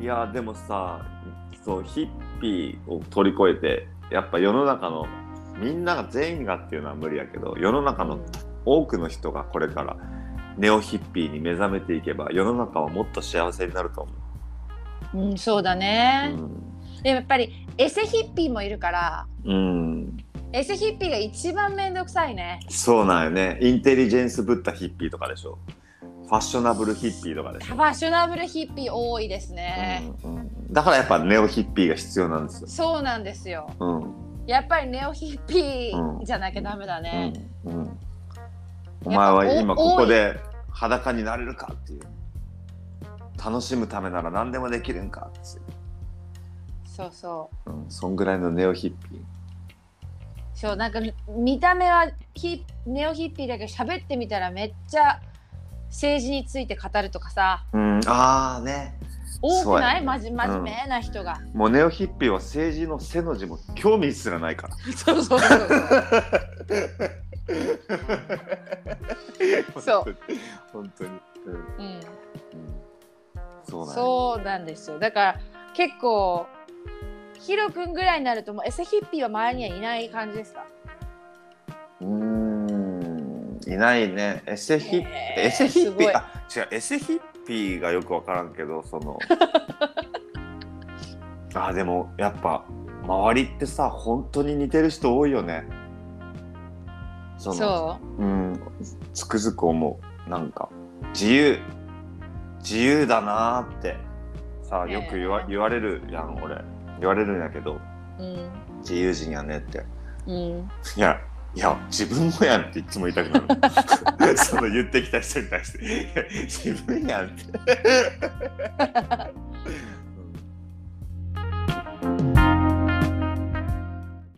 いやーでもさそうヒッピーを乗り越えてやっぱ世の中のみんなが全員がっていうのは無理やけど世の中の多くの人がこれからネオヒッピーに目覚めていけば世の中はもっと幸せになると思う。うん、そうだね、でもやっぱりエセヒッピーもいるからうん、うん、エセヒッピーが一番面倒くさいねそうなんよねインテリジェンスぶったヒッピーとかでしょファッショナブルヒッピーとかでしフょ、ァッショナブルヒッピー多いですね、うんうん、だからやっぱネオヒッピーが必要なんですよ。そうなんですようんやっぱりネオヒッピーじゃなきゃダメだね、うんうん、お前は今おここで裸になれるかっていう楽しむためなら何でもできるんかっていう、そうそううん、そんぐらいのネオヒッピーそうなんか見た目はヒネオヒッピーだけど喋ってみたらめっちゃ政治について語るとかさうん、ああね多くない、そうやねまじ真面目な人が、もうネオヒッピーは政治の背の字も興味すらない からそうそうそうそうそう本当に本当に、うんうん、うん、そうなんよそうなんですよだから結構ヒロ君ぐらいになるともうエセヒッピーは周りにはいない感じですかうーんいないねエセヒッピー、へーエセヒッピすごいーあ違うエセヒッピーがよく分からんけどそ のあでもやっぱ周りってさ本当に似てる人多いよねそそうんつくづく思うなんか自由自由だなーってさよく言わ,、へー言われるやん俺言われるんやけどううん自由人やねってうんいや、いや、自分もやんっていつも言いたくなる。その言ってきた人に対して、いや自分やんって。